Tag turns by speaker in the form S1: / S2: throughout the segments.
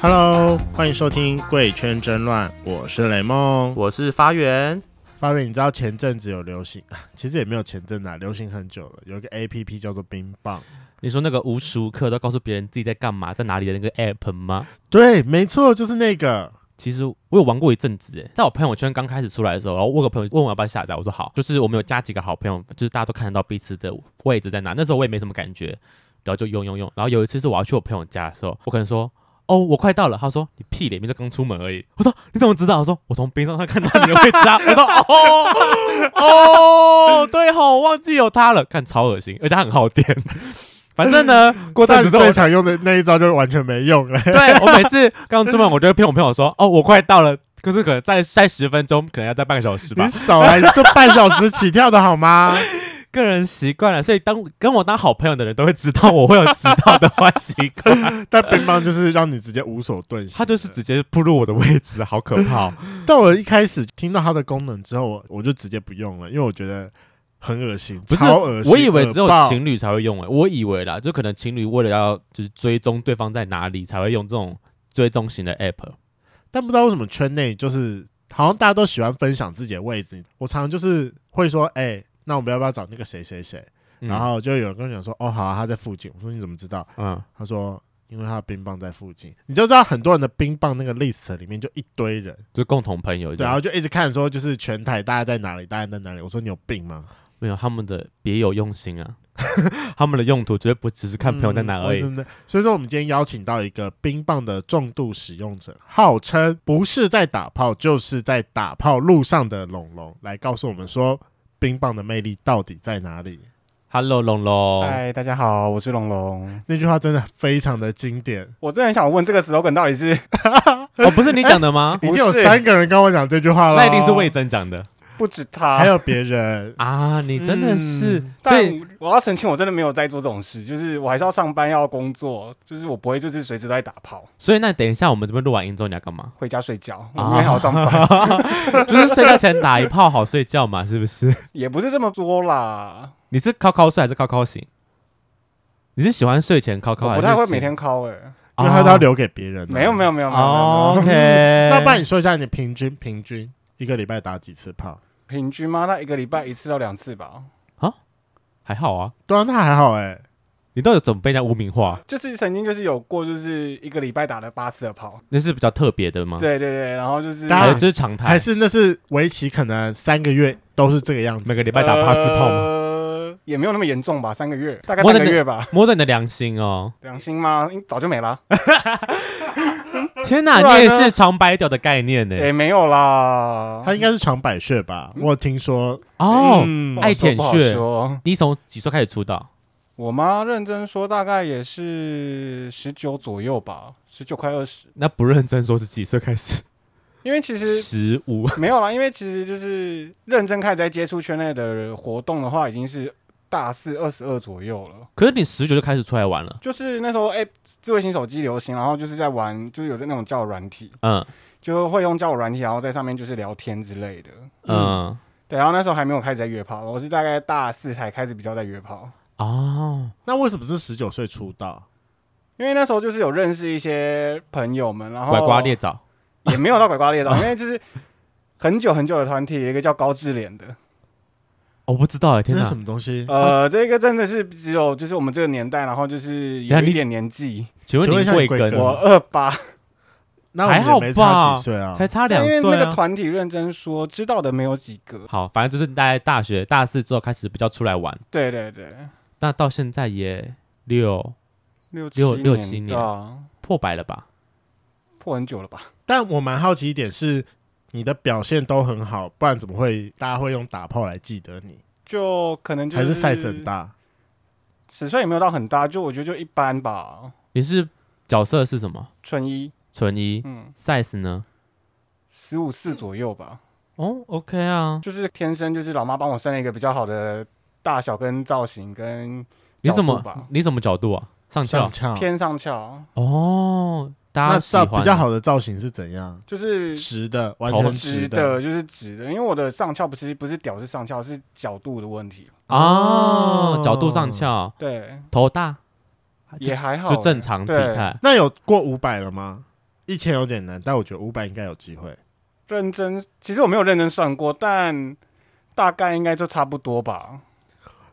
S1: Hello，欢迎收听《贵圈争乱》，我是雷梦。
S2: 我是发源，
S1: 发瑞，你知道前阵子有流行， 其实也没有前阵子啊，流行很久了，有一个 A P P 叫做冰棒。
S2: 你说那个无时无刻都告诉别人自己在干嘛，在哪里的那个 app 吗？
S1: 对，没错，就是那个。
S2: 其实我有玩过一阵子，诶，欸在我朋友圈刚开始出来的时候，然后我有个朋友问我要不要下载，我说好，就是我们有加几个好朋友，就是大家都看得到彼此的位置在哪。那时候我也没什么感觉，然后就用用用。然后有一次是我要去我朋友家的时候，我可能说。哦，我快到了。他说：“你屁咧，明明就刚出门而已。”我说：“你怎么知道？”我说：“我从冰箱上看到你的位置啊。” 我说：“哦，哦，对吼，我忘记有他了，看超恶心，而且他很耗电。反正呢，过
S1: 但
S2: 段
S1: 是
S2: 子之后，我
S1: 最常用的那一招就完全没用 了。
S2: 对我每次刚出门，我就会骗我朋友说：“哦，我快到了。”可是可能再再十分钟，可能要再半个小时吧
S1: 你。少来这半小时起跳的好 吗？
S2: 个人习惯了，所以当跟我当好朋友的人都会知道我会有迟到的坏习 惯。
S1: 但冰棒就是让你直接无所遁形。
S2: 他就是直接步入我的位置，好可怕、 哦！
S1: 但我一开始听到它的功能之后，我我就直接不用了，因为我觉得很恶心，
S2: 不是
S1: 超恶，心。
S2: 我以为只有
S1: 恶爆
S2: 情侣才会用诶、欸我以为啦，就可能情侣为了要就是追踪对方在哪里才会用这种追踪型的 app。
S1: 但不知道为什么圈内就是好像大家都喜欢分享自己的位置。我常常就是会说，哎、那我们要不要找那个谁谁谁？
S2: 嗯
S1: 然，后就有人跟我讲说，哦，好、啊，他在附近。我说你怎么知道？
S2: 嗯，
S1: 他说因为他的冰棒在附近。你就知道很多人的冰棒那个 list 里面就一堆人，
S2: 就共同朋友这
S1: 对，啊然
S2: 样，
S1: 后就一直看说就是全台大家在哪里，大家在哪里。我说你有病吗？
S2: 没有他们的别有用 心啊，他们的用途绝对不只是看朋友在哪
S1: 嗯
S2: 而已。
S1: 我真的所以说，我们今天邀请到一个冰棒的重度使用者，号称不是在打炮，就是在打炮路上的龙龙，来告诉我们说冰棒的魅力到底在哪里。
S2: Hello，龙龙，
S3: 嗨，大家好，我是龙龙。
S1: 那句话真的非常的经典，
S3: 我真的很想问这个 slogan 到底是
S2: 哦，不是你讲的吗？
S1: 已
S3: 不
S1: 经
S3: 是
S1: 有三个人跟我讲这句话了，哦
S2: 哎那一啊定是魏，征讲的。
S3: 不止他，
S1: 还有别人
S2: 啊！你真的是，
S1: 嗯
S2: 所
S3: 但
S2: 以
S3: 我要澄清，我真的没有在做这种事，就是我还是要上班，要工作，就是我不会就是随时都在打炮，
S2: 所以那等一下我们这边录完音之后你要干嘛？
S3: 回家睡觉，
S2: 啊
S3: 我明天还要上班，
S2: 就是睡觉前打一炮好睡觉嘛，是不是？
S3: 也不是这么说啦。
S2: 你是靠靠睡还是靠靠醒？你是喜欢睡前靠靠
S3: 我
S2: 还
S3: 不
S2: 是醒？
S3: 太会每天 call 哎、
S1: 因
S2: 啊
S1: 为他都要留给别人、
S3: 没有没
S1: 有。
S3: 有没有没有没有
S2: 哦。
S3: 没有
S2: OK，
S1: 那不然你说一下你的平均平均一个礼拜打几次炮？
S3: 平均吗？那一个礼拜一次到两次吧，
S2: 还好啊。
S1: 对啊，那还好哎、
S2: 你到底怎么被人家污名化？
S3: 就是曾经就是有过就是一个礼拜打了八次的炮，
S2: 那是比较特别的吗？
S3: 对对对，然后就是
S1: 大
S2: 还
S1: 家
S2: 有这是常
S1: 还
S2: 态，
S1: 是那是围棋，可能三个月都是这个样子。
S2: 每个礼拜打八次炮吗？
S3: 呃也没有那么严重吧，三个月，大概
S2: 我
S3: 半
S2: 的
S3: 个
S2: 那
S3: 月吧。
S2: 摸着你的良心哦！
S3: 良心吗？应早就没啦。
S2: 天哪，
S3: 不然
S2: 你也
S3: 呢
S2: 是长白屌的概念呢
S3: 哎、。没有啦。
S1: 他应该是长百穴吧？我有听说，
S2: 嗯哦，
S1: 嗯
S3: 不好
S2: 爱
S3: 说
S2: 舔
S3: 不好
S2: 穴
S3: 说
S2: 你从几岁开始出道？
S3: 我妈认真说，大概也是十九左右吧，十九快二十。
S2: 那不认真说是几岁开始？
S3: 因为其 实
S2: 十五。
S3: 没有啦，因为其实就是认真开始在接触圈内的活动的话，已经是大四二十二左右了。
S2: 可是你十九就开始出来玩了，
S3: 就是那时候，哎、智慧型手机流行，然后就是在玩，就是有那种交友软体，
S2: 嗯
S3: 就会用交友软体，然后在上面就是聊天之类的。
S2: 嗯
S3: 对，然后那时候还没有开始在约炮，我是大概大四才开始比较在约炮。
S2: 哦，
S1: 那为什么是十九岁出道？
S3: 因为那时候就是有认识一些朋友们，然后
S2: 拐瓜裂枣，
S3: 也没有到拐 瓜裂枣，因为就是很久很久的团体，有一个叫高智联的，
S2: 哦我不知道哎，天
S1: 那是
S2: 哪
S1: 什！么东西？
S3: 呃，这个真的是只有就是我们这个年代，然后就是有
S2: 等一下
S3: 一
S2: 你
S3: 点年纪，
S2: 请问
S1: 请问一
S2: 您
S1: 下
S2: 贵
S1: 你贵
S2: 庚？
S1: 庚
S3: 我二八，
S1: 那我们
S2: 还好
S1: 也没差
S2: 吧
S1: 几岁啊，
S2: 才差
S3: 因
S2: 两
S3: 为
S2: 岁
S3: 那个
S2: 啊。
S3: 团体认真说知道的没有几个，
S2: 好，反正就是大概大学大四之后开始比较出来玩，
S3: 对对对，
S2: 那到现在也六
S3: 六
S2: 六
S3: 七
S2: 六七
S3: 年
S2: 年
S3: 啊，
S2: 破百了吧？
S3: 破很久了吧？
S1: 但我蛮好奇一点是，你的表现都很好，不然怎么会大家会用打炮来记得你？
S3: 就可能就
S1: 还是 size 很，大？
S3: 尺寸也没有到很大，就我觉得就一般吧，
S2: 你是角色是什么？
S3: 纯一，
S2: 纯一
S3: 嗯，
S2: size 呢？
S3: 十五四左右吧。
S2: 哦，OK 啊。
S3: 就是天生就是老妈帮我生了一个比较好的大小跟造型跟
S2: 你什
S3: 角度吧
S2: 么？你什么角度啊？上翘
S1: 上翘？
S3: 偏上翘，
S2: 哦，大
S1: 那
S2: 家喜
S1: 造
S2: 欢嗯
S1: 比较好的造型是怎样？
S3: 就是
S1: 直的，完
S2: 头
S1: 全
S2: 很
S3: 直
S1: 直。
S3: 的，就是直的，因为我的上翘不是不是屌是上翘，是角度的问题。
S2: 哦
S1: 哦，
S2: 角度上翘，
S3: 对，
S2: 头大
S3: 也还好，
S2: 啊
S3: 欸
S2: 就正常体
S3: 对。
S2: 态。
S1: 那有过五百了吗？一千有点难，但我觉得五百应该有机会。
S3: 认真，其实我没有认真算过，但大概应该就差不多吧。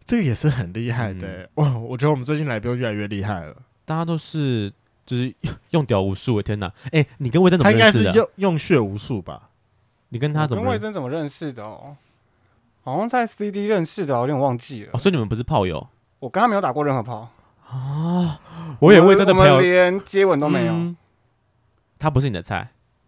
S1: 这个也是很厉害
S2: 嗯
S1: 的、欸哇！我觉得我们最近来宾越来越厉害了。
S2: 大家都是就是 用屌无数，天哪！哎、你跟魏登怎
S1: 他
S2: 么
S1: 应该
S2: 认识
S1: 是
S2: 的？
S1: 用用血无数吧？
S2: 你跟他怎
S3: 跟
S2: 么
S3: 魏
S2: 认识？
S3: 征怎么认识的哦？好像在 CD 认识的哦，有点忘记了
S2: 哦，。所以你们不是炮友？
S3: 我跟他没有打过任何炮，
S2: 我也
S3: 们
S2: 魏征的朋
S3: 我们
S2: 友
S3: 连接吻都没有。
S2: 嗯他不是你的菜，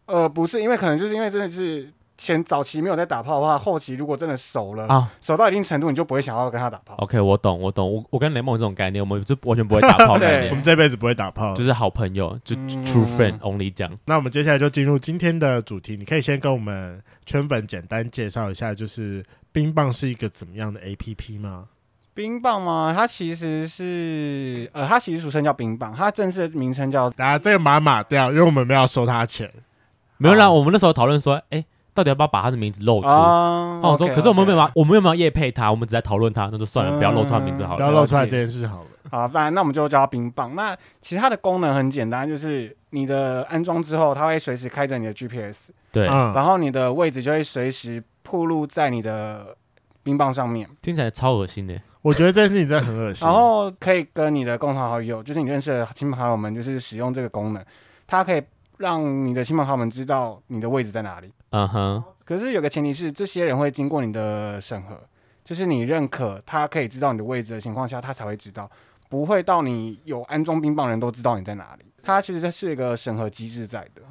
S3: 呃，不是，因为可能就是因为真的是前早期没有在打炮的话，后期如果真的熟了，
S2: 啊哦
S3: 熟到一定程度，你就不会想要跟他打炮。
S2: OK，我懂，我懂，我我跟雷梦有这种概念，我们就完全不会打炮概
S3: 对
S1: 我们
S2: 念，
S1: 这辈子不会打炮。
S2: 就是好朋友，就
S3: 嗯
S2: true friend only 这样。
S1: 那我们接下来就进入今天的主题，你可以先跟我们圈粉简单介绍一下，就是冰棒是一个怎么样的 APP 吗？
S3: 冰棒吗？它其实是呃，它其实俗称叫冰棒，它正式的名称
S2: 哦
S3: 叫
S1: 大家这个码码掉，因为我们没有收他钱。
S2: 没有啦，我们那时候讨论说，哎、到底要不要把他的名字露出？
S3: 啊。
S2: 哦，我说，
S3: OK，
S2: 可是我们没
S3: OK
S2: 有办法，我们有没有夜配他？我们只在讨论他，那就算了，不要露出他名字好
S1: 不
S2: 了。
S1: 要
S3: 了
S1: 露出来
S3: 解
S1: 这件事好了。
S3: 好，反正那我们就叫它冰棒。那其实它的功能很简单，就是你的安装之后，它会随时开着你的 GPS，
S2: 对，
S1: 嗯，
S3: 然后你的位置就会随时暴露在你的冰棒上面，
S2: 听起来超恶心的。
S1: 我觉得这件事情真的很恶心。
S3: 然后可以跟你的共同好友，就是你认识的亲朋好友们，就是使用这个功能，它可以让你的亲朋好友们知道你的位置在哪里。
S2: 嗯哼，
S3: 可是有个前提是，这些人会经过你的审核，就是你认可他可以知道你的位置的情况下，他才会知道，不会到你有安装冰棒的人都知道你在哪里。它其实是一个审核机制在的。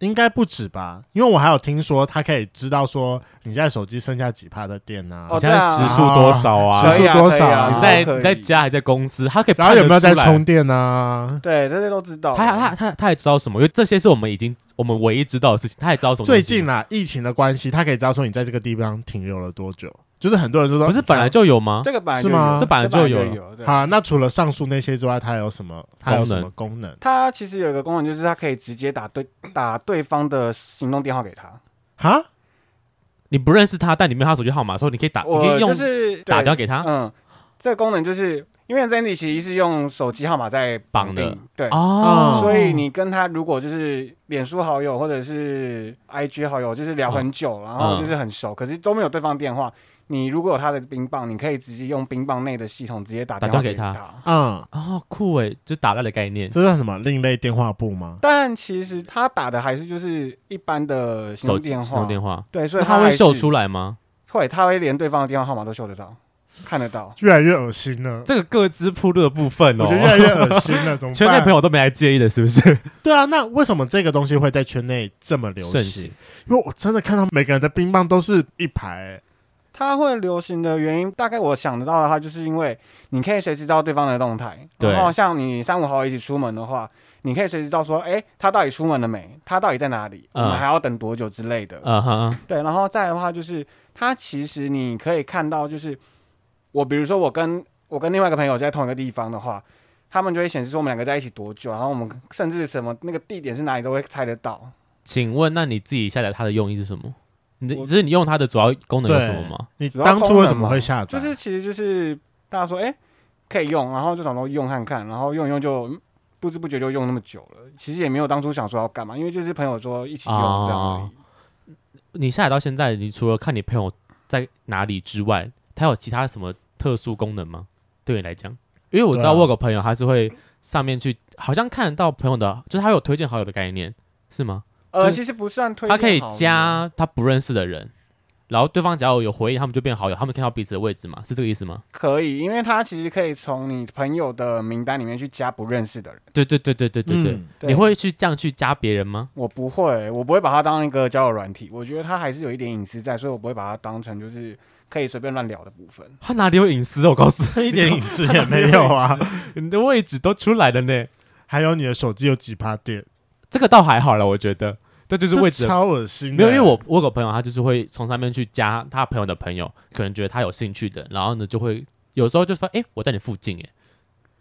S1: 应该不止吧，因为我还有听说他可以知道说你现在手机剩下几帕的电啊，
S3: 哦
S2: 你现在
S3: 对啊
S2: 时速多少啊？
S1: 时
S3: 可
S1: 速
S3: 以啊，
S1: 多
S3: 可以
S1: 少
S3: 啊
S1: 啊
S2: 你在
S3: 都可以
S2: 你在家还在公司，他可以
S1: 然后有没有在
S2: 判得出来
S1: 充？电啊？
S3: 对，这些都知道。
S2: 他他他他也知道什么，因为这些是我们已经我们唯一知道的事情，他也知道什么东
S1: 最
S2: 西。
S1: 近
S3: 啊
S1: 啦，疫情的关系，他可以知道说你在这个地方停留了多久。就是很多人就说
S2: 不是本来
S1: 就
S2: 就有吗？
S3: 这个版
S1: 是吗
S2: 这本来就有
S3: 有。对
S1: 好啊。那除了上述那些之外，它有什么？它有
S2: 功能
S1: 什么功能？
S3: 它其实有一个功能，就是它可以直接打对 打对方的行动电话给他。
S1: 哈？
S2: 你不认识他，但你没有他手机号码的时候，你可以啊打，你可
S3: 我
S2: 以用
S3: 就是
S2: 打电话
S3: 掉
S2: 给他
S3: 嗯，这个功能就是因为 Zendy 其实是用手机号码在
S2: 绑的
S3: 定，对，
S2: 哦
S1: 嗯
S3: 所以你跟他如果就是脸书好友或者是 IG 好友，就是聊很久，然
S2: 嗯
S3: 后就是很熟，可是都没有对方电话。你如果有他的冰棒，你可以直接用冰棒内的系统直接打电话给
S2: 打
S3: 他。
S1: 嗯，
S2: 哦酷诶，就打赖的概念。
S1: 这叫什么？另类电话簿吗？
S3: 但其实他打的还是就是一般的行
S2: 手
S3: 动
S2: 机
S3: 电
S2: 行动
S3: 话，
S2: 电话，
S3: 对，所
S2: 那
S3: 以
S2: 他
S3: 还
S2: 会
S3: 是
S2: 秀出来吗？
S3: 会，他会连对方的电话号码都秀得到，看得到。
S1: 越来越恶心了，
S2: 这个各自铺路的部分
S1: 我
S2: 哦
S1: 觉，得越来越恶心 了，怎么
S2: 圈内朋
S1: 办？
S2: 友都没来介意的，是不是？
S1: 对啊，那为什么这个东西会在圈内这么 流
S2: 盛
S1: 行
S2: 行？
S1: 因为我真的看到每个人的冰棒都是一排、
S3: 它会流行的原因，大概我想得到的话，就是因为你可以随时知道对方的动态，
S2: 对
S3: 然后像你三五好友一起出门的话，你可以随时知道说，哎、他到底出门了没？他到底在哪里？
S2: 嗯
S3: 我们还要等多久之类的。
S2: 嗯哼，
S3: 对，然后再来的话就是，它其实你可以看到，就是我比如说我跟我跟另外一个朋友在同一个地方的话，他们就会显示说我们两个在一起多久，然后我们甚至什么那个地点是哪里都会猜得到。
S2: 请问，那你自己下载它的用意是什么？你的
S3: 我
S2: 只是你用它的主要功能有什么吗？
S1: 你
S3: 主要
S1: 当初为什么
S3: 功能
S1: 会
S3: 嘛
S1: 下载？
S3: 就是其实就是大家说，哎、可以用，然后就想说用看看，然后用一用就嗯不知不觉就用那么久了。其实也没有当初想说要干嘛，因为就是朋友说一起用
S2: 哦
S3: 这样而已。
S2: 你下载到现在，你除了看你朋友在哪里之外，它有其他什么特殊功能吗？对你来讲，因为我知道
S1: 对啊
S2: 我有个朋友，他是会上面去，好像看得到朋友的，就是他有推荐好友的概念，是吗？
S3: 呃，
S2: 就是
S3: 其实不算推
S2: 他
S3: 荐好
S2: 可
S3: 友，
S2: 以加他不认识的人，然后对方只要有回应，他们就变好友，他们看到彼此的位置嘛，是这个意思吗？
S3: 可以，因为他其实可以从你朋友的名单里面去加不认识的人。
S2: 对对对对对对对，
S1: 嗯
S3: 对
S2: 你会去这样去加别人吗？
S3: 我不会，我不会把它当一个交友软体，我觉得它还是有一点隐私在，所以我不会把它当成就是可以随便乱聊的部分。
S2: 他哪里有隐私？我告诉
S1: 一点隐私也没有啊。
S2: 你，你的位置都出来了呢。
S1: 还有你的手机有几趴电，
S2: 这个倒还好了，我觉得这就是位置
S1: 这
S2: 的。
S1: 超恶心的。
S2: 没有，因为我我有个朋友，他就是会从上面去加他朋友的朋友，可能觉得他有兴趣的，然后呢就会有时候就说，哎、我在你附近，哎，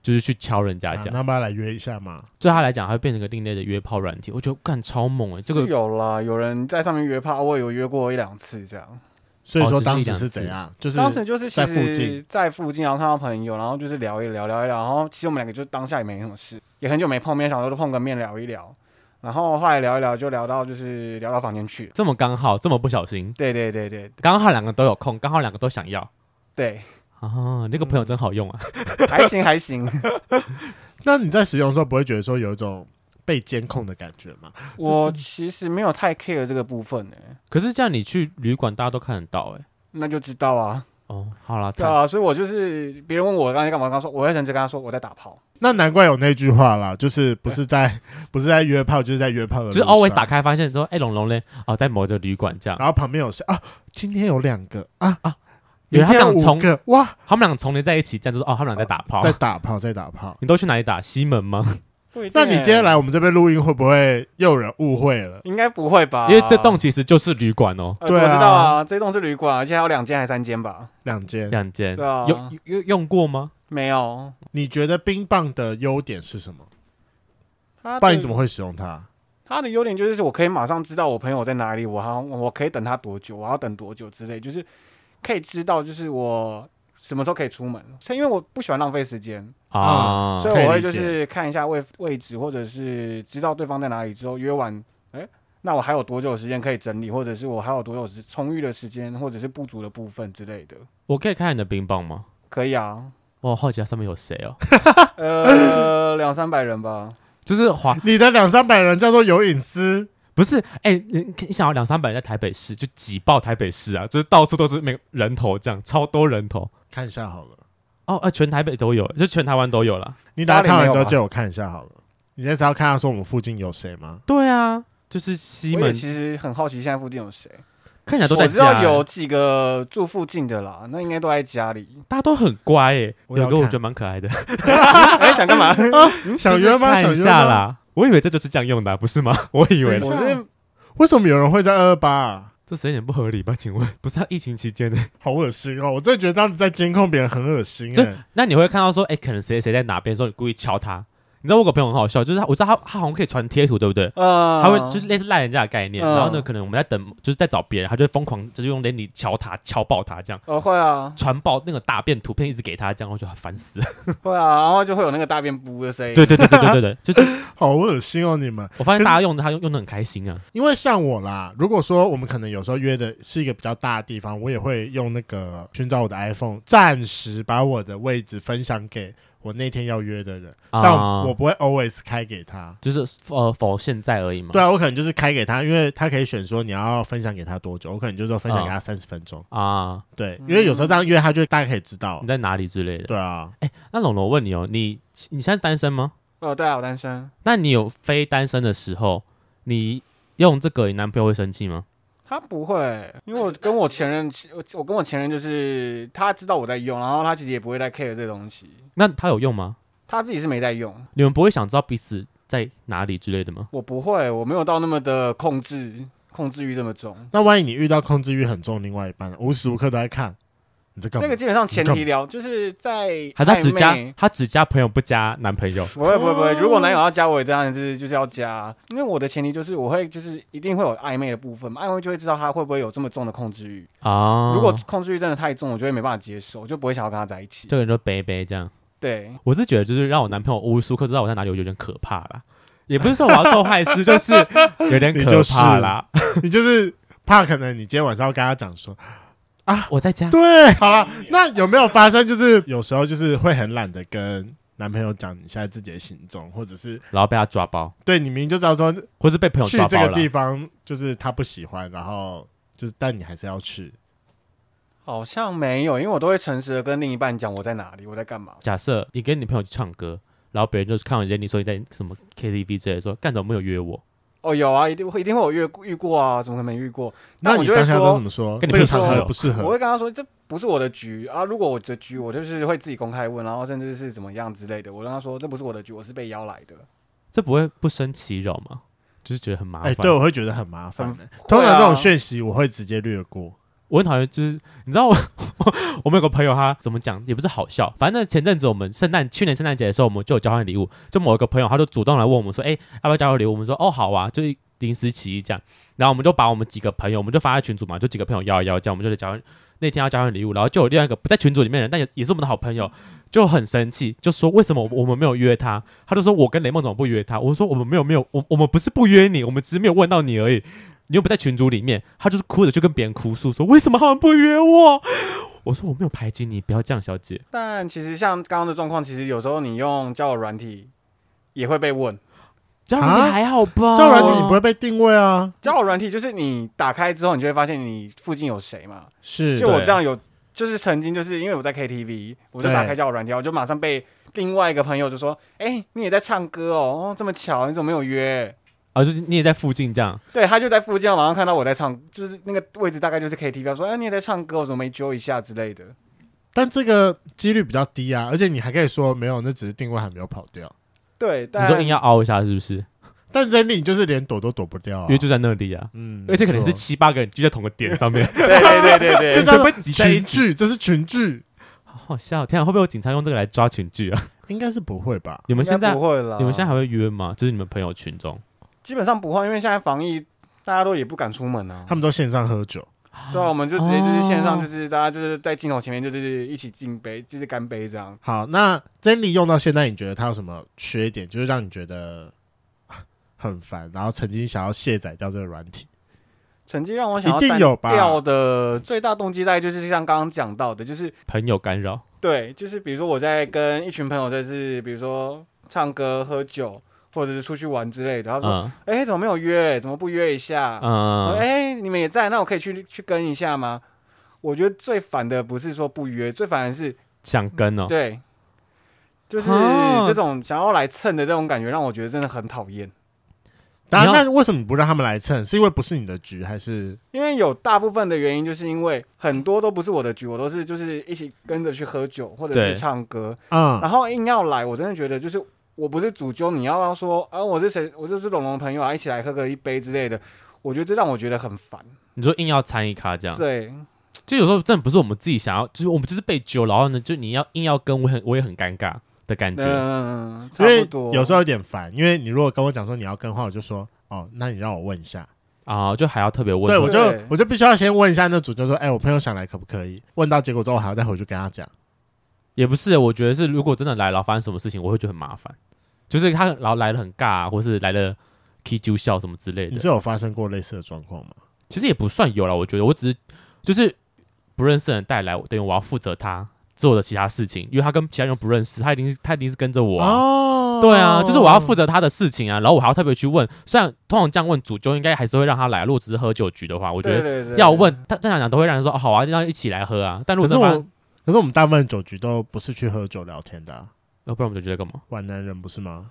S2: 就是去敲人家
S1: 啊
S2: 讲。
S1: 那不要来约一下嘛？
S2: 对他来讲，他会变成一个另类的约炮软体。我觉得干超猛哎、这个
S3: 是有啦，有人在上面约炮，我有约过一两次这样。
S1: 所以
S2: 哦
S1: 说
S2: 只是
S1: 当
S2: 一
S1: 时
S2: 两
S1: 是
S2: 次
S1: 怎样？就是
S3: 当时就是其
S1: 在
S3: 实
S1: 附近
S3: 在附近，然后看到朋友，然后就是聊一聊，聊一聊，然后其实我们两个就当下也没什么事，也很久没碰面，想说就碰个面聊一聊。然后后来聊一聊，就聊到就是聊到房间去了。
S2: 这么刚好，这么不小心，
S3: 对对对对
S2: 刚好两个都有空，刚好两个都想要
S3: 对，
S2: 啊，
S1: 嗯
S2: 那个朋友真好用啊！
S3: 还行 还行。
S1: 那你在使用的时候不会觉得说有一种被监控的感觉吗？
S3: 我其实没有太 care 这个部分呢、欸
S2: 可是这样你去旅馆，大家都看得到哎、
S3: 那就知道啊，
S2: 哦，好啦，
S3: 对
S2: 惨
S3: 啊，所以我就是别人问我刚才干嘛，我刚说我会认真跟他说我在打炮，
S1: 那难怪有那句话啦，就是不是在 不是在约炮，就是在约炮的
S2: 就
S1: 路上，
S2: 是 always 打开发现说，哎、龙龙嘞，哦，在某个旅馆这样，
S1: 然后旁边有谁啊？今天有两个啊
S2: 啊
S1: 啊，明
S2: 原来他
S1: 天有
S2: 们俩
S1: 五个哇，
S2: 他们俩重叠在一起，这样就是哦，他们俩在打炮。
S1: 在打炮，在打炮。
S2: 你都去哪里打？西门吗？
S3: 不一定
S1: 那
S3: 欸
S1: 你今天来我们这边录音，会不会又有人误会了？
S3: 应该不会吧？
S2: 因为这栋其实就是旅馆哦，
S3: 呃、
S1: 对
S3: 我
S1: 啊
S3: 知道啊，这栋是旅馆，而且还有两间还三间吧？
S1: 两间，
S2: 两间。
S3: 对啊
S2: 有有用过吗？
S3: 没有，
S1: 你觉得冰棒的优点是什么？
S3: 他
S1: 不然你怎
S3: 么？
S1: 么会使用它？
S3: 他的优点就是我可以马上知道我朋友在哪里，我好像我可以等他多久，我要等多久之类，就是可以知道就是我什么时候可以出门，是因为我不喜欢浪费时间，
S2: 啊，
S3: 所以
S1: 可以
S3: 我会
S1: 理
S3: 就
S1: 解
S3: 是看一下位位置，或者是知道对方在哪里之后约完，哎、那我还有多久时间可以整理，或者是我还有多久时充裕的时间，或者是不足的部分之类的，
S2: 我可以看你的冰棒吗？
S3: 可以啊，
S2: 我好奇它上面有谁哦，
S3: 呃，两三百人吧，
S2: 就是滑，
S1: 你的两三百人叫做有隐私，
S2: 不是，哎、你你想要两三百人在台北市就挤爆台北市啊，就是到处都是每个人头这样，超多人头
S1: 看一下好了。
S2: 哦，呃，全台北都有，就全台湾都有啦。
S1: 你等下看完之
S3: 八零没
S1: 后
S3: 有吧
S1: 借我看一下好了。你现在是要看他说我们附近有谁吗？
S2: 对啊，就是西
S3: 我也
S2: 门
S3: 其实很好奇现在附近有谁，
S2: 看起来都在
S3: 我知
S2: 家、
S3: 道
S2: 欸，。
S3: 有几个住附近的啦，那应该都在家里
S2: 大家都很乖诶、
S1: 我要
S2: 有个我
S1: 看
S2: 觉得蛮可爱的，
S3: 哎、想干嘛？
S1: 想约吗？
S2: 嗯
S1: 想约
S2: 就是看一下
S1: 吗？
S2: 啦。我以为这就是这样用的啊、不是吗？我以为
S1: 对
S2: 啦
S1: 啊
S3: 我是
S1: 为什么有人会在二二八？
S2: 这时间点不合理吧？请问，不是啊疫情期间呢、
S1: 好恶心哦！我真的觉得他们在监控别人很恶心、
S2: 这
S1: 欸。
S2: 那你会看到说，哎、可能谁谁在哪边，说你故意敲他。你知道我有个朋友很好笑，就是他我知道他他好像可以传贴图，对不对？
S1: 啊
S3: 呃，
S2: 他会就是类似赖人家的概念，
S3: 嗯
S2: 然后呢，可能我们在等，就是在找别人，他就会疯狂，就是用连你敲他、敲爆他这样，
S3: 呃会啊
S2: 传爆那个大便图片一直给他，这样我就 烦死了。
S3: 会啊，然后就会有那个大便布的声音。
S2: 对对对对对对 对，就是
S1: 好恶心哦！你们，
S2: 我
S1: 可
S2: 发现
S1: 是
S2: 大家用他用用的很开心啊。
S1: 因为像我啦，如果说我们可能有时候约的是一个比较大的地方，我也会用那个寻找我的 iPhone，暂时把我的位置分享给我那天要约的人，但
S2: 啊
S1: 我不会 always 开给他。
S2: 就是呃否现在而已嘛。
S1: 对啊，我可能就是开给他，因为他可以选说你要分享给他多久，我可能就说分享给他三十分钟。
S2: 啊，
S1: 对，
S3: 嗯
S1: 因为有时候这样约他就大概可以知道
S2: 你。在哪里之类的。
S1: 对啊，
S2: 那龙龙我问你哦，你你现在单身吗？
S3: 呃，对啊，我单身。
S2: 那你有非单身的时候，你用这个，你男朋友会生气吗？
S3: 他不会，因为我跟我前任，我我跟我前任就是他知道我在用，然后他其实也不会再 care 这东西，
S2: 那他有用吗？
S3: 他自己是没在用，
S2: 你们不会想知道彼此在哪里之类的吗？
S3: 我不会，我没有到那么的控制控制欲这么重。
S1: 那万一你遇到控制欲很重另外一半，无时无刻都在看，你在干
S3: 这
S1: 嘛？
S3: 个基本上前提聊就是在
S2: 还是他只
S3: 暧
S2: 加
S3: 昧
S2: 他只加朋友不加男 朋友？
S3: 不会不会不会，
S1: 哦
S3: 如果男友要加，我也当然是就是要加，因为我的前提就是我会就是一定会有暧昧的部分嘛，暧昧就会知道他会不会有这么重的控制欲。
S1: 嗯
S2: 啊，
S3: 如果控制欲真的太重，我就会没办法接受，我就不会想要跟他在一起。
S2: 这个人就背背这样，
S3: 对，
S2: 我是觉得就是让我男朋友无时无刻知道我在哪里，我觉得有点可怕啦。也不是说我要做坏 事，就是有点
S1: 你
S2: 可
S1: 就是
S2: 怕啦。
S1: 你就是怕可能你今天晚上要跟他讲 说，
S2: 我在家，
S1: 对，好了，那有没有发生就是有时候就是会很懒得跟男朋友讲你现在自己的行踪，或者是
S2: 然后被他抓包，
S1: 对你明明就知道说
S2: 或是被朋友
S1: 去
S2: 抓
S1: 这
S2: 包
S1: 个
S2: 了
S1: 地。方就是他不喜欢，然后就是但你还是要去，
S3: 好像没有，因为我都会诚实的跟另一半讲我在哪里，我在干嘛。
S2: 假设你跟你朋友去唱歌，然后别人就是看完人你说你在什么 KTV 之类的，说干怎么没有约我？
S3: 哦，有啊，一定会一定会有遇遇过啊，怎么可能没遇过？那
S1: 那
S3: 我
S1: 你
S3: 就会
S1: 当下都
S3: 说
S1: 怎，么说？
S2: 跟你
S1: 这个
S3: 分
S1: 场
S3: 手
S1: 合不适合
S3: 我。会跟他说这不是我的局啊，如果我的局，我就是会自己公开问，然后甚至是怎么样之类的。我跟他说这不是我的局，我是被邀来的。
S2: 这不会不生其扰吗？只是觉得很麻
S1: 哎、
S2: 烦。
S1: 对，我会觉得很麻烦、
S3: 很
S1: 欸通常这
S3: 会啊
S1: 种讯息我会直接略过。
S2: 我很讨厌，就是你知道我 我们有个朋友，他怎么讲也不是好笑，反正前阵子我们圣诞去年圣诞节的时候，我们就有交换礼物，就某一个朋友他就主动来问我们说，哎、要不要交换礼物？我们说哦好啊，就是临时起意这样，然后我们就把我们几个朋友，我们就发在群组嘛，就
S1: 嗯
S2: 几个朋友邀一邀这样，我们就在交换那天要交换礼物，然后就有另外一个不在群组里面的人，但也也是我们的好朋友，就很生气，就说为什么我们没有约他？他就说我跟雷梦怎么不约他？我说我们没有没有，我我们不是不约你，我们只是没有问到你而已。你又不在群组里面，他就是哭着就跟别人哭诉说为什么他们不约我？我说我没有排挤你，不要这样，小姐。
S3: 但其实像刚刚的状况，其实有时候你用交友软体也会被问。
S2: 这样你还好吧？哦
S1: 这软体你不会被定位啊，
S3: 交友软体就是你打开之后，你就会发现你附近有谁嘛。
S1: 是
S3: 就我
S2: 对
S3: 这样有，就是曾经就是因为我在 KTV，我就
S1: 对
S3: 打开交友软体，我就马上被另外一个朋友就说：“哎、你也在唱歌哦，哦这么巧，你怎么没有约
S2: 啊，就是你也在附近这样。？”
S3: 对他就在附近，马上看到我在唱，就是那个位置大概就是 KTV，他说：“哎、你也在唱歌，我怎么没揪一下之类的
S1: 但这个几率比较低啊，而且你还可以说没有，那只是定位还没有跑掉。？”
S3: 对，
S2: 你
S3: 但
S2: 说硬要凹一下是不是？
S1: 但 z e n 就是连躲都躲不掉、啊，
S2: 因为就在那里啊，
S1: 嗯，
S2: 而且可能是
S1: 没错
S2: 七八个人聚在同个点上面，
S3: 对对对对
S1: 这
S2: 就
S3: 对，
S1: 叫
S2: 会挤在一
S1: 群
S2: 起。
S1: 聚，这是群聚，
S2: 好好笑！天啊，会不会有警察用这个来抓群聚啊？
S1: 应该是不会吧？
S2: 你们现在
S3: 应该不会了，
S2: 你们现在还会约吗？就是你们朋友群中，
S3: 基本上不会，因为现在防疫。大家都也不敢出门啊
S1: 他，们都线上喝酒，
S3: 对啊，我们就直接就是线上，
S2: 哦
S3: 就是大家就是在镜头前面，就是一起敬杯，就是干杯这样。
S1: 好，那 Zenly 用到现在，你觉得它有什么缺点？就是让你觉得啊很烦，然后曾经想要卸载掉这个软体，
S3: 成绩让我想要
S1: 一定
S3: 删
S1: 有吧
S3: 掉的最大动机在就是像刚刚讲到的，就是
S2: 朋友干扰，
S3: 对，就是比如说我在跟一群朋友在是，比如说唱歌、喝酒，或者是出去玩之类的。他说
S2: 嗯：“
S3: 哎、怎么没有约？怎么不约一下？哎、
S2: 嗯，
S3: 你们也在，那我可以去去跟一下吗？”我觉得最烦的不是说不约，最烦的是
S2: 想跟哦，
S3: 对，就是
S2: 啊
S3: 这种想要来蹭的这种感觉，让我觉得真的很讨厌。
S1: 当然，
S2: 你要
S1: 那为什么你不让他们来蹭？是因为不是你的局，还是
S3: 因为有大部分的原因，就是因为很多都不是我的局，我都是就是一起跟着去喝酒或者
S2: 对
S3: 是唱歌，
S1: 啊、
S3: 然后硬要来，我真的觉得就是我不是主揪，你要要说啊我是谁，我就是龙龙的朋友啊，一起来喝个一杯之类的，我觉得这让我觉得很烦。
S2: 你说硬要参一咖这样，
S3: 对，
S1: 嗯
S2: 就有时候真的不是我们自己想要，就是我们就是被揪，然后呢，就你要硬要跟，我也很我也很尴尬的感觉。
S3: 嗯，
S1: 嗯因
S3: 差不
S1: 为
S3: 多。
S1: 有时候有点烦，因为你如果跟我讲说你要跟的话，我就说哦，那你让我问一下，
S2: 啊，就还要特别问
S1: 对
S2: 说，
S1: 我就
S3: 对
S1: 我就必须要先问一下那主，就说哎、我朋友想来可不可以？问到结果之后，我还要再回去跟他讲。
S2: 也不是，我觉得是如果真的来了，发生什么事情，我会觉得很麻烦，就是他然后来了很尬、啊，或是来了 K 揪笑什么之类
S1: 你
S2: 的
S1: 是，有发生过类似的状况吗？
S2: 其实也不算有了，我觉得我只是就是不认识的人带来，等于我要负责他做的其他事情，因为他跟其他人不认识，他一定是他一定是跟着我、啊。
S1: 哦
S2: 对啊，就是我要负责他的事情啊，然后我还要特别去问。虽然通常这样问主就应该还是会让他来，如果只是喝酒局的话，我觉
S3: 对
S2: 得
S3: 对对，
S2: 要问他正常讲都会让人说、哦、好啊，要一起来喝啊。但如
S1: 可
S2: 果
S1: 是
S2: 真的发
S1: 我，可是我们大部分酒局都不是去喝酒聊天的、啊，
S2: 呃不然我们就觉得干嘛
S1: 皖南人不是吗？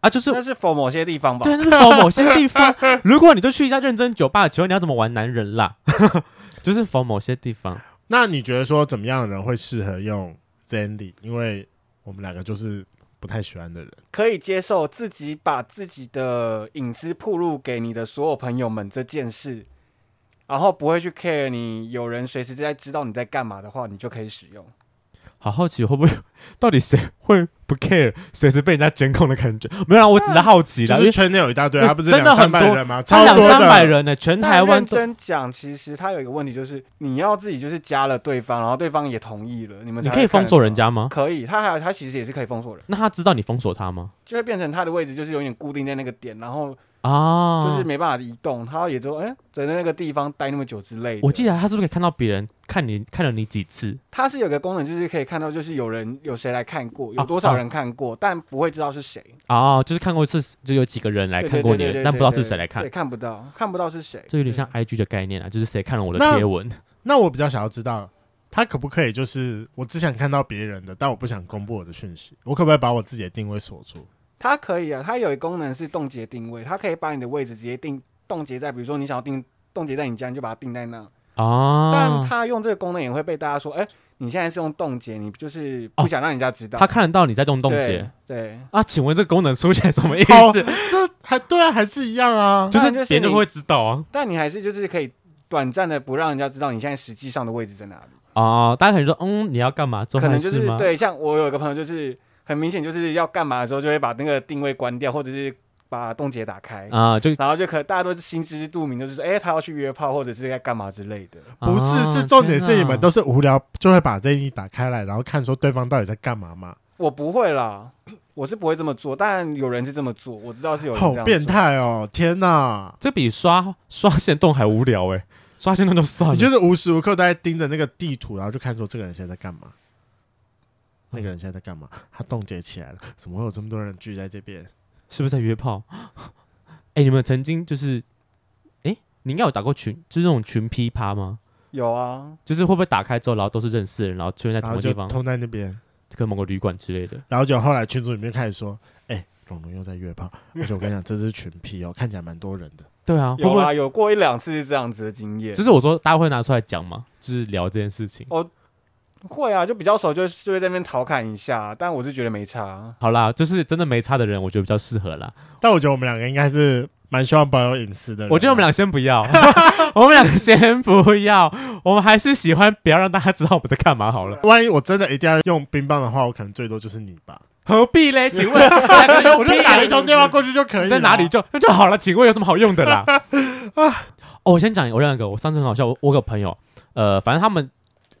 S2: 啊？就是
S3: 那是否某些地方吧？
S2: 对，那是某某些地方。如果你就去一下认真酒吧，请问你要怎么玩男人啦？ 就是否某些地方，
S1: 那你觉得说怎么样的人会适合用 Zenly？因为我们两个就是不太喜欢的人，
S3: 可以接受自己把自己的隐私暴露给你的所有朋友们这件事，然后不会去 care 你有人随时在知道你在干嘛的话，你就可以使用。
S2: 好好奇会不会到底谁会不 care，随时被人家监控的感觉？没有啊，我只是好奇啦，
S1: 就
S2: 因为
S1: 是圈内有一大堆，
S2: 因为
S1: 他不是
S2: 呃真的
S1: 两三
S2: 很
S1: 百
S2: 多
S1: 人吗？
S2: 他
S1: 超
S2: 两
S1: 多
S2: 三
S1: 的
S2: 百人呢、全
S3: 但
S2: 台湾
S3: 认
S2: 都。
S3: 真讲，其实它有一个问题，就是你要自己就是加了对方，然后对方也同意了，你们
S2: 你
S3: 才
S2: 可以
S3: 会看
S2: 封
S3: 得
S2: 锁
S3: 到
S2: 人，家吗？
S3: 可以，他还有他其实也是可以封锁人，
S2: 那他知道你封锁他吗？
S3: 就会变成他的位置就是有点固定在那个点，然后
S2: 啊，
S3: 就是没办法移动，他也就哎、在那个地方待那么久之类的。
S2: 我记得他是不是可以看到别人看你看了你几次？
S3: 它是有个功能，就是可以看到就是有人有谁来看过，有
S2: 啊
S3: 多少人看过，但不会知道是谁
S2: 哦，就是看过一次，就有几个人来
S3: 对
S2: 看过你
S3: 对对
S2: 了，
S3: 对对
S2: 但不知道是
S3: 对
S2: 谁来看
S3: 对，。看不到，看不到是谁。
S2: 这有点像 IG 的概念啊，就是谁看了我的
S1: 那
S2: 贴文。
S1: 那我比较想要知道，他可不可以就是我只想看到别人的，但我不想公布我的讯息，我可不可以把我自己的定位锁住？
S3: 它可以啊，它有一个功能是冻结定位，它可以把你的位置直接定冻结在，比如说你想要定冻结在你家，你就把它定在那。但
S2: 哦，
S3: 它用这个功能也会被大家说，哎、你现在是用冻结，你就是不想让人家知道。
S2: 他看得到你在用冻结
S3: 对，对，
S2: 啊？请问这个功能出现什么意
S1: 好
S2: 思？
S1: 这还对啊，还是一样 啊。
S2: 就是
S3: 那就是
S2: 别人
S3: 你
S2: 会知道啊。
S3: 但你还是就是可以短暂的不让人家知道你现在实际上的位置在哪里，
S2: 哦，大家可能说，嗯，你要干嘛？做
S3: 可
S2: 坏
S3: 能就
S2: 事
S3: 是
S2: 吗？
S3: 对，像我有一个朋友就是很明显就是要干嘛的时候就会把那个定位关掉，或者是把冻结打开，
S2: 啊，就
S3: 然后就可大家都是心知肚明，就是说，哎，他要去约炮或者是在干嘛之类的。
S1: 不是，
S2: 啊
S1: 是重点
S2: 天
S1: 是你们
S2: 哪
S1: 都是无聊，就会把这一打开来，然后看说对方到底在干嘛嘛，
S3: 我不会啦，我是不会这么做，但有人是这么做，我知道是有人这
S1: 好
S3: 样做
S1: 变。态哦！天哪，
S2: 这比刷刷线动还无聊哎、刷线动就算了，
S1: 你就是无时无刻都在盯着那个地图，然后就看说这个人现在在干嘛，
S2: 嗯
S1: 那个人现在在干嘛，他冻结起来了，怎么会有这么多人聚在这边？
S2: 是不是在约炮？ 哎、你们曾经就是，哎、你应该有打过群，就是那种群批趴吗？
S3: 有啊，
S2: 就是会不会打开之后，然后都是认识的人，然后出现在
S1: 然
S2: 同
S1: 后
S2: 个
S1: 就
S2: 地方，
S1: 通在那边，
S2: 跟某个旅馆之类的。
S1: 然后就后来群组里面开始说，哎、龙龙又在约炮， 而且我跟你讲，这是群批哦，看起来蛮多人的。
S2: 对啊，会
S3: 有
S2: 不
S3: 啦，
S2: 会？
S3: 有过一两次是这样子的经验。
S2: 就是我说大家会拿出来讲嘛，就是聊这件事情。
S3: 会啊，就比较熟就，就会在那边调侃一下，但我是觉得没 差。
S2: 好啦，就是真的没差的人，我觉得比较适合啦。
S1: 但我觉得我们两个应该是蛮希望保有隐私的人啊。
S2: 我觉得我们俩先不要， 我们俩先不要，我们还是喜欢不要让大家知道我们在干嘛好了。
S1: 万一我真的一定要用冰棒的话，我可能最多就是你吧。
S2: 何必嘞？请问，两个人 有
S1: 我
S2: 屁
S1: 就
S2: 啊
S1: 打一通电话过去就可以。
S2: 在哪里？就那就好了，请问有什么好用的啦？哦，我先讲，我讲一个，我上次很好笑，我我有个朋友，呃，反正他们，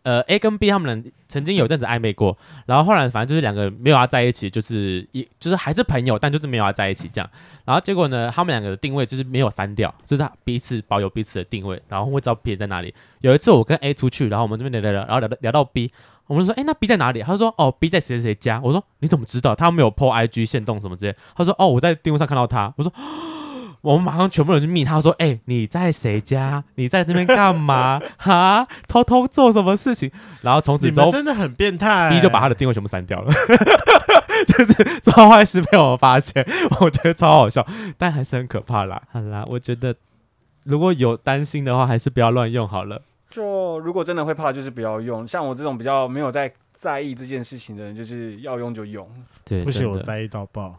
S2: 呃，A 跟 B 他们俩曾经有一阵子暧昧过，然后后来反正就是两个没有要在一起，就是一就是还是朋友，但就是没有要在一起这样。然后结果呢，他们两个的定位就是没有删掉，就是彼此保有彼此的定位，然后会知道别人在哪里。有一次我跟 A 出去，然后我们这边聊聊聊，然后聊到聊到 B。我们就说，哎、那 B 在哪里？他说，哦，B 在谁谁谁家。我说，你怎么知道？他没有 PO IG 限动什么之类。他说，哦，我在定位上看到他。我说，哦我们马上全部人去密他说：“哎、你在谁家？你在那边干嘛？哈，偷偷做什么事情？”然后从
S1: 你
S2: 此之后
S1: 们真的很变态、
S2: ，B 就把他的定位全部删掉了， 就是做坏事被我们发现，我觉得超好笑，但还是很可怕啦。好啦，我觉得如果有担心的话，还是不要乱用好了。
S3: 就如果真的会怕，就是不要用。像我这种比较没有在在意这件事情的人，就是要用就用。
S2: 对，
S1: 不行，
S2: 真
S1: 我
S2: 的
S1: 在意到爆。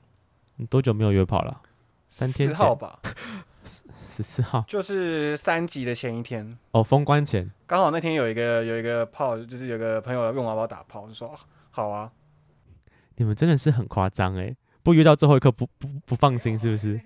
S2: 你多久没有约炮了？三天
S3: 四
S2: 前
S3: 号吧，
S2: 十四号
S3: 就是三级的前一天，
S2: 哦，封关前。
S3: 刚好那天有一个有一个炮，就是有个朋友问我要不要打炮，我就说哦好啊。
S2: 欸你们真的是很夸张哎，不约到最后一刻不不不放心是不是？